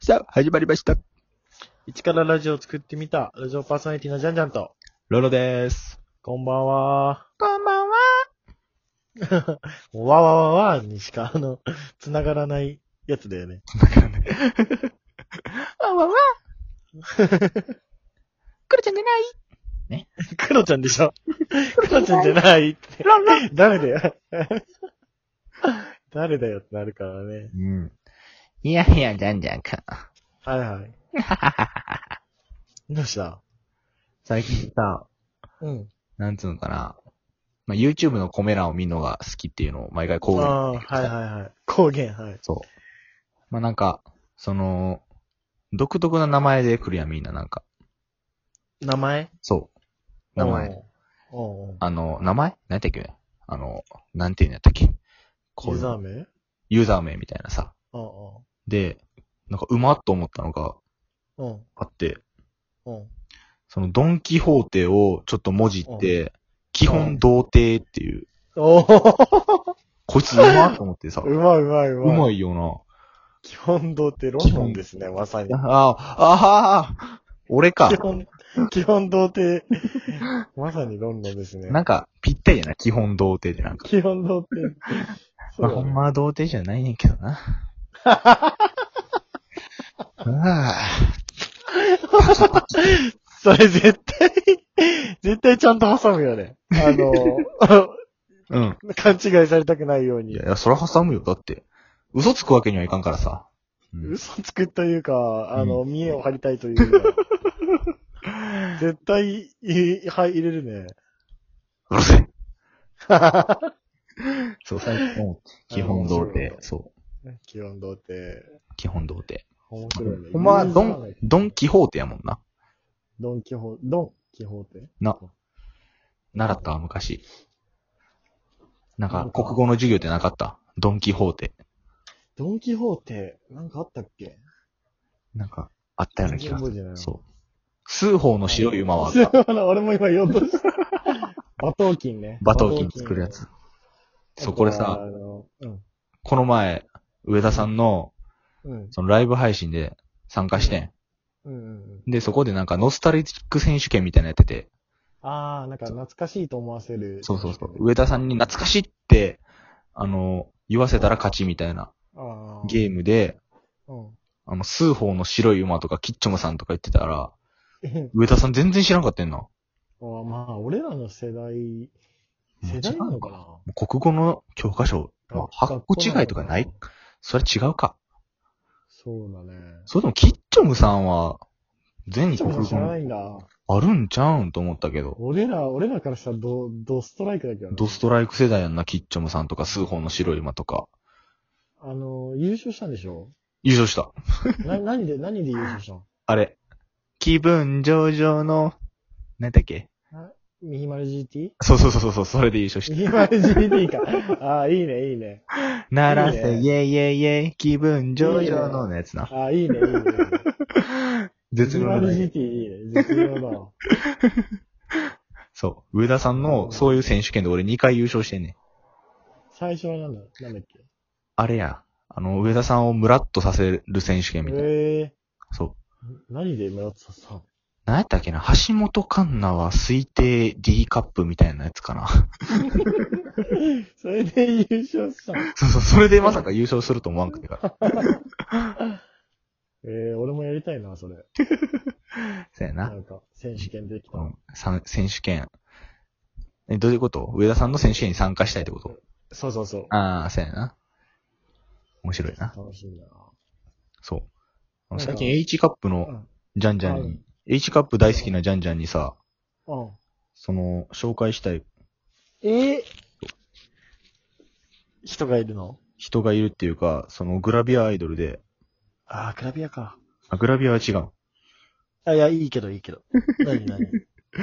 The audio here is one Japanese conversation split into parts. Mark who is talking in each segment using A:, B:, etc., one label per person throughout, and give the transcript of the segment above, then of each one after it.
A: さあ、始まりました。
B: 一からラジオを作ってみた、ラジオパーソナリティのジャンジャンと、
A: ロロです。
B: こんばんは。
A: こんばんは。
B: もうわわわわにしか、あの、 繋がらないやつだよね。
A: わ わわ。クロちゃんじゃない。
B: クロちゃんでしょ クロちゃんじゃないって。
A: ロロ。
B: 誰だよ。 誰だよってなるからね。
A: うん。いやいや、じゃんじゃんか。
B: はいはい。 どうした
A: 最近さ、
B: うん。
A: なんつうのかな。まあ、YouTube のコメ欄を見るのが好きっていうのを毎回
B: あ
A: 公言。
B: あ、はいはいはい。高原、はい。
A: そう。まあ、なんか、その、独特な名前で来るやん、みんな、なんか。
B: 名前
A: そう。名前。。
B: おうおう
A: あの、名前何やったっけねあの、なんていうんやったっけこう
B: ユーザー名
A: ユーザー名みたいなさ。
B: お
A: で、なんか、うまっと思ったのが
B: うんうん。
A: あって、
B: うん。うん。
A: そのドンキホーテをちょっと文字って、基本童貞っていう、
B: おお
A: こいつうまっと思ってさ、
B: う
A: う
B: まいうまいうまい。
A: まいよな。
B: 基本道ってロンドンですね、まさに。
A: ああ、ああ、俺か
B: 基。本、基本童貞。 まさにロンドンですね。
A: なんか、ぴったりやな、基本童貞でなんか。
B: 基本童貞。
A: ま
B: そ
A: あ、
B: うだ
A: ほ
B: ね
A: んまは童貞じゃないねんけど な。あ
B: それ絶対、 絶対ちゃんと挟むよね。あの、
A: あ。うん。
B: 勘違いされたくないよう
A: い
B: に
A: や、い。や、そら挟むよ。だって、嘘つくわけにはいかんからさ。うん
B: 嘘つくというか、あの、見栄を張りたいというか。絶対、いはい、入れるね。
A: うるせえ。 そう、最近、うん基本童
B: あ面白い
A: 貞
B: な。
A: そう。
B: 基本童貞。
A: 基本童貞。
B: 面白いね。
A: ほんまはド
B: ユーザー名
A: ン、ドンキホーテやもんな。
B: ドンキホー、ドンキホーテ。
A: な。習ったわ、昔。なんか、国語の授業ってなかったドンキホーテ。
B: ドンキホーテ、なんかあったっけ
A: なんか、あったような気がす
B: 全然覚えてない
A: る。
B: な
A: そう。数方の白い馬はあ った。
B: そうなの俺も今言おうとした。 馬頭金ね。
A: 馬頭金作るやつ。そう、これ
B: あ
A: さ、
B: の、うん。
A: この前、上田さんの、
B: うん。
A: そのライブ配信で参加して
B: うんうん。
A: ん。で、そこでなんか、ノスタルジック選手権みたいなのやってて、
B: あー、なんか懐かしいと思わせる。
A: そうそうそう。上田さんに懐かしいって、あの、言わせたら勝ちみたいな
B: あー。
A: ゲームで、
B: うん。
A: あの、数方の白い馬とか、キッチョムさんとか言ってたら、上田さん全然知らんかったんな。
B: あーまあ、俺らの世代、世代なのかな
A: 国語の教科書、まあ、
B: 学
A: 発
B: 校
A: 行違いとかないそれ違うか。
B: そうだね。
A: それとも、キッチョムさんは、全
B: ちょ
A: 国
B: っと知
A: 語
B: らな
A: の
B: いんだ。
A: あるんちゃうんと思ったけど。
B: 俺ら、俺らからしたらド、ドストライクだけどね
A: ドストライク世代やんな、キッチョムさんとか、数本の白い馬とか。
B: あの、優勝したんでしょ
A: 優勝した。
B: な、何で、何で優勝したの
A: あれ。気分上々の、何だっけ
B: ミニマル GT?
A: そうそうそうそう、それで優勝し
B: ミニマル GT か。ああ、いいね、いいね。
A: た。なら
B: い
A: せ、
B: いね
A: イェイイェイイェイ、気分上々ののやつな。
B: ああ、いいね、いいね。
A: 絶妙なライン
B: GT いいね。絶妙だわ。
A: そう。上田さんの、そういう選手権で俺2回優勝してんねん。
B: 最初はなんだ、なんだっけ。
A: あれや。あの、上田さんをムラっとさせる選手権みたいな。
B: ええ
A: そう。
B: ー、何で村田さん。
A: 何やったっけな橋本環奈は推定 D カップみたいなやつかな。
B: それで優勝したの。
A: そうそう、それでまさか優勝すると思わんくてから。
B: ええー、俺もやりたいな、それ。
A: そうや
B: な
A: な。
B: んか、選手権できた
A: う
B: の。
A: ん、さん選手権。え、どういうこと上田さんの選手権に参加したいってこと
B: そうそうそう。
A: ああ、そうやな。面白いな。
B: 楽しみだな。
A: そう。あの
B: なんか
A: 最近 H カップ
B: う
A: の
B: ん
A: ジャンジャン
B: う
A: に
B: ん、
A: H カップ大好きなジャンジャンにさ、
B: うん。
A: その、紹介したい
B: ええ人がいるの
A: 人がいるっていうか、そのグラビアアイドルで、
B: ああ、グラビアか。
A: あ、グラビアは違う。
B: あ、いや、いいけど、いいけど。何何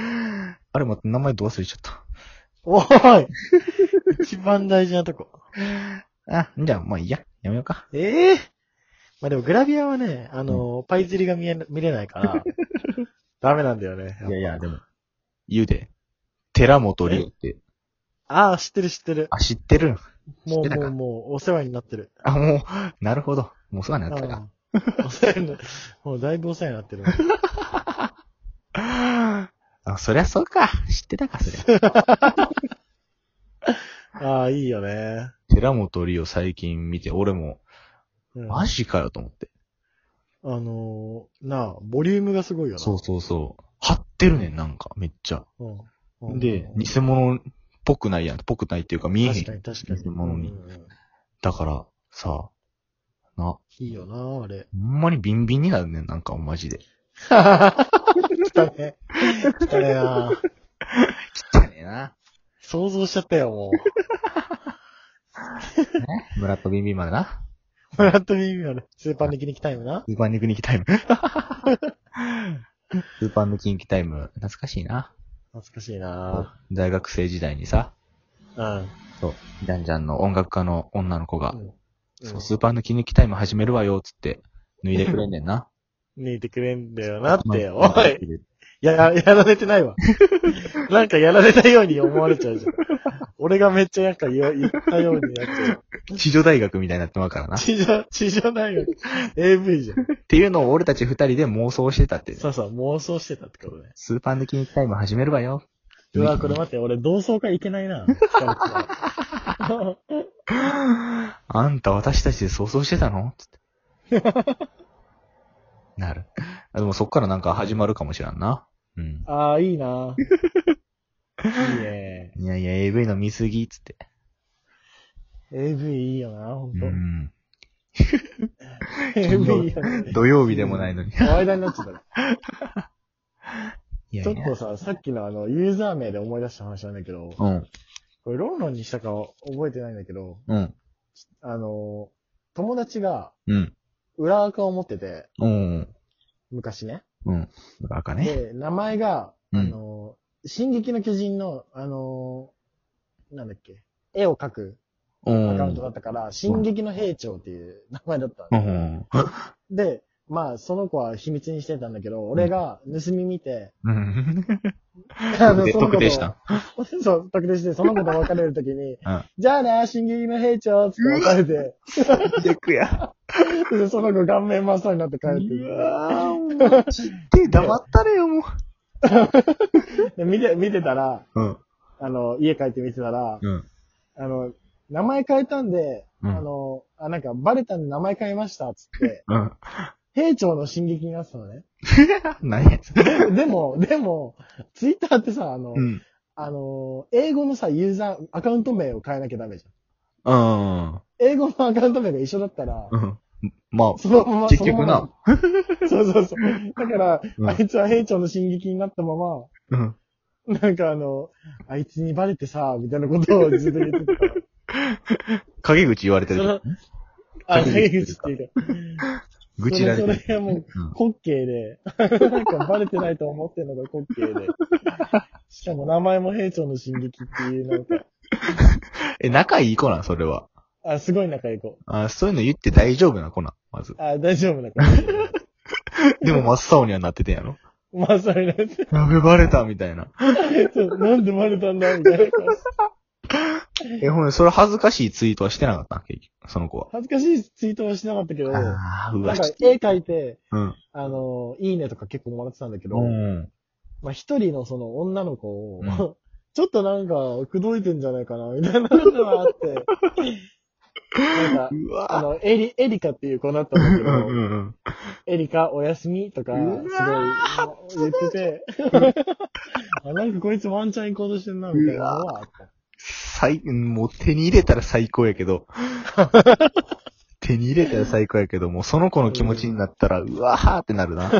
A: あれ、また名前ど忘れちゃった。
B: おーい一番大事なとこ。
A: あ、じゃあ、まあいいや。やめようか。
B: ええまあでもグラビアはね、あの、パイ釣りが見えな見れな いから、ダメなんだよね。
A: いやいや、でも。言うで。寺本理央って。
B: ああ、知ってる知ってる。
A: あ、知ってる。
B: も
A: 知
B: う
A: ってた
B: も
A: か
B: うもう、お世話になってる。
A: あ、もう、なるほど。もうそうになった
B: う
A: か。
B: ん お世話になもうだいぶお世話になっ てるわ。
A: あ、そりゃそうか。知ってたか、そ りゃ。
B: ああ、いいよね。
A: 寺本理を最近見て、俺も、
B: うん、
A: マ
B: ジ
A: ジかよと思って。
B: あのーなあ、ボリュームがすごいよな。
A: そうそうそう。張ってるねん、なんか、めっちゃ。
B: うん。うん。
A: で、
B: うん
A: 偽物っぽくないやん。ぽくないっていうか見えへ
B: 確か
A: ん。
B: に確かに。
A: 偽物に
B: うんうん
A: だから、さ、な、ほ
B: いいよな、あれ。
A: んまにビンビンになるねん、なんか、マジで。
B: 来たね。来たねな。
A: 汚ねえな。
B: 想像しちゃったよ、も
A: 村とビンビンまでな。
B: う。 フラットビームやね。スーパー抜きに来たいよな。
A: スーパー肉肉タイム。スーパーのキンキタイム、懐かしいな。
B: 懐かしいな。
A: 大学生時代にさ、
B: うん。
A: そう、ジャンジャンの音楽家の女の子が、
B: うん
A: そう、スーパーのキンキタイム始めるわよ、つって、脱いでくれんねん な。
B: 抜いてくれんだよなって、
A: ま
B: お
A: あ
B: い。や、やられてないわ。なんかやられたように思われちゃうじゃ ん。俺がめっちゃなんか言わ言ったようになっちゃう。
A: 地上大学みたいになってまうからな。っ
B: 地上、地上大学、AV じゃん。
A: ていうのを俺たち二人で妄想してたって。
B: そうそう、妄想してたってことね。
A: スーパーのキンキタイム始めるわよ。
B: うわ、これ待って、俺同窓会行けないな。疲れてた
A: あんた私たちで想像してた のつって。なる。あでもそっからなんか始まるかもしらんな。うん。
B: ああ、い いな。いいね。
A: いやいや、AV の見過ぎ、つって。
B: AV いいよな、ほんと
A: う。ん。
B: AV いいよね。
A: 土曜日でもないのに。
B: 間になっちゃったね。
A: いや
B: ちょ
A: い
B: っ
A: や。
B: とさ、さっきのあの、ユーザー名で思い出した話なんだけど、
A: うん。
B: これロンロンにしたか覚えてないんだけど、
A: うん。
B: あの、友達が
A: うん。
B: 裏垢を持ってて、
A: うん。
B: 昔ね。
A: うん。赤ね。
B: で、名前が、
A: うん
B: あの、進撃の巨人の、あの、なんだっけ、絵を描く
A: う
B: ア
A: ん。
B: カウントだったから、進撃の兵長っていう 名前だった
A: う
B: の、
A: ん。
B: で、まあ、その子は秘密にしてたんだけど、俺が盗み見て、
A: うん。
B: あの
A: で、
B: その
A: 特
B: 子と
A: 定した。
B: そう、特定して、その子と別れるときに、
A: うん
B: じゃあな、進撃の兵長つって別れて、
A: 逆や。
B: でその子顔面真っ青になって帰って
A: う
B: く
A: わぁ、も う、ちって黙ったれよ、も
B: るで見て、見てたら、
A: う。うん。
B: あの、家帰って見てたら、
A: うん。
B: あの、名前変えたんで、
A: うん
B: あの、あ、なんか、バレたんで名前変えました、つ って、
A: うん。
B: 兵長の進撃になってたのね。
A: 何やそれ。
B: ででも、でも、ツイッターってさ、あの、
A: うん。
B: あの、英語のさ、ユーザー、アカウント名を変えなきゃダメじゃん。
A: うん。
B: 英語のアカウント名が一緒だったら、
A: うん。まあ、
B: そのまま、
A: 結局な。
B: そのまま。そうそうそう。だから、
A: うん
B: あいつは兵長の進撃になったまま、
A: うん。
B: なんかあの、あいつにバレてさ、みたいなことをずっと言ってたから。
A: 陰口言われて
B: そ
A: る。
B: のあ、陰口っていうか。
A: 愚痴られて
B: それ
A: る。
B: それがもう
A: うん
B: 滑稽で、なんかバレてないと思ってるのが滑稽で。しかも名前も兵長の進撃っていう、なんか、
A: え、仲いい子なん、それは。
B: あ、すごい仲良い子。
A: あそういうの言って大丈夫な子なん、まず。
B: あ、大丈夫な子。
A: でも真っ青にはなっててんやろ。
B: まあ、それなんて、
A: やべ、バレた、みたいな。
B: そうなんでバレたんだみたいな感じ。
A: え、ほんで、それ恥ずかしいツイートはしてなかったん結局、その子は。
B: 恥ずかしいツイートはしなかったけど、なん
A: ああ、うわ、
B: か
A: し
B: 絵描いて、
A: うん。
B: あの、いいねとか結構もらってたんだけど、
A: うん。
B: まあ、一人のその女の子を、
A: うん
B: ちょっとなんか、口説いてんじゃないかな、みたいなのがあって、なんか、
A: う
B: あ
A: わ
B: の、エリ、エリカっていう子だったんだけ
A: う
B: ど
A: ん、うん
B: エリカおやすみとか、
A: う
B: すごい言ってて、 あなんかこいつワンチャン行こうとしてんな、みたいなのはあった。
A: 最、もう手に入れたら最高やけ ど。手に入れたら最高やけど、もうその子の気持ちになったら、うわーってなる な。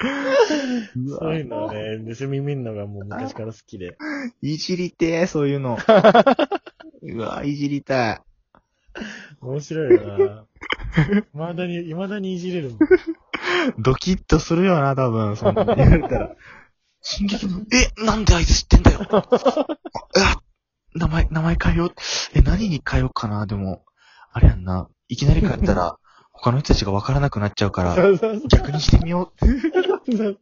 A: う
B: そういうの
A: わ
B: はね、盗み見るのがもう昔から好きで。
A: いじりてー、そういう の。うわーいじりたい。
B: 面白 いよな。未だに、未だにいじれるもん。
A: ドキッとするよな、多分、そんなの言われたら。進撃の、え、なんであいつ知ってんだよ。 ああ名前、名前変えよう。え、何に変えようかな、でも。あれやんな。いきなり変えたら、他の人たちがわからなくなっちゃうから、
B: そうそうそう
A: 逆にしてみよう。
B: そう。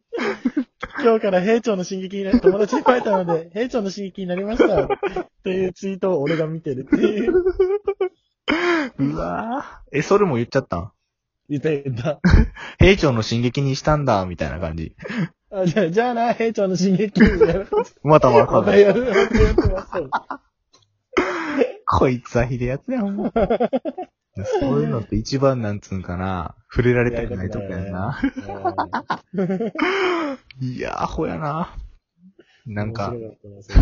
B: 今日から兵長の進撃になり、友達に書いた ので、兵長の進撃になりました。っていうツイートを俺が見てるっていう。
A: うわぁ。え、それも言っちゃったん
B: 似た言った。
A: 兵長の進撃にしたんだ、みたいな感じ。
B: あ、じゃあ、じゃあな、兵長の進撃みたいな。
A: ま たま
B: ま
A: た
B: た、やる、またやってますよ。
A: こいつはひでえやつや、ほんま。そういうのって一番なんつうんかな。触れられたくないとこやんな。いや、アホやな。なんか
B: 面、白か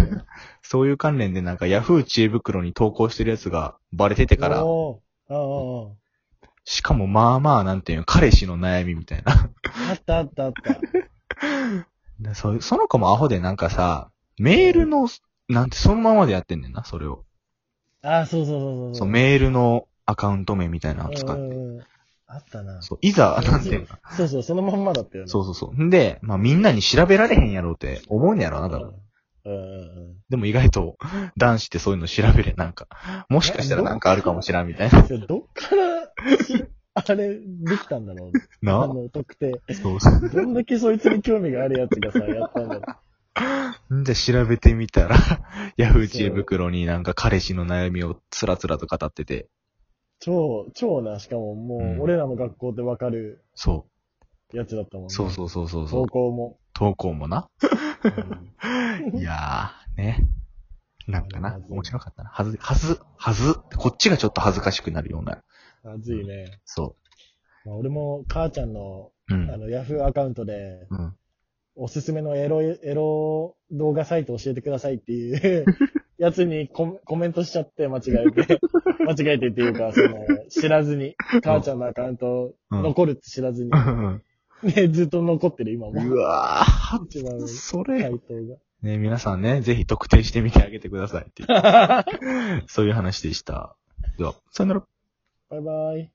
B: ったな。
A: そういう関連でなんか、ヤフー知恵袋に投稿してるやつがバレてて
B: だ
A: から、
B: おーああ
A: しかもまあまあ、なんていうの、彼氏の悩みみたい な。
B: あああったあったあった。
A: でそうその子もアホでなんかさ、メールの、なんてそのままでやってんねんな、それを。
B: ああ、そうそうそうそう。
A: そう、メールのアカウント名みたいなのを使っ
B: うん
A: て。
B: うんうんあったな。
A: そう、いざ、なんていうの
B: そうそう、そのまんまだったよね。
A: そうそうそう。んで、まあみんなに調べられへんやろうって思うんやろうな、多分。
B: うんうんうん。
A: でも意外と男子ってそういうの調べれ、なんか。もしかしたらなんかあるかもしらんみたいな。
B: それどっからし、あれ、できたんだろう。
A: な
B: あの、特定。
A: そうそ
B: どんだけそいつに興味があるやつがさ、やったんだろう。
A: う。んで調べてみたら、 ヤフー知恵袋になんか彼氏の悩みをつらつらと語ってて。
B: 超、超な、しかもも
A: うん
B: う、俺らの学校でわかる
A: そ
B: やつだったもん
A: う。
B: ね。
A: そうそうそうそうそう
B: 投。稿も。
A: 投稿もな。
B: うん
A: いやー、ね。なんかな、面白かったな。はず、はず、はず。こっちがちょっと恥ずかしくなるような。
B: まずいね。
A: そ
B: まあ、俺も、母ちゃんの、
A: う。う
B: あ
A: ん。
B: の、ヤフーアカウントで、
A: うん。
B: おすすめのエロ、エロ動画サイト教えてくださいっていう やつにコメコメントしちゃって間違えて、間違えてっていうか、その、知らずに、母ちゃんのアカウント
A: うん
B: 残るって知らずに
A: う、ん。
B: ね、ずっと残ってる今も。
A: うわぁ、
B: 一番の
A: それ。
B: 回答
A: ね、皆さんね、ぜひ特定してみてあげてくださいっていう。
B: が。
A: そういう話でした。では、さよなら。
B: バイバイ。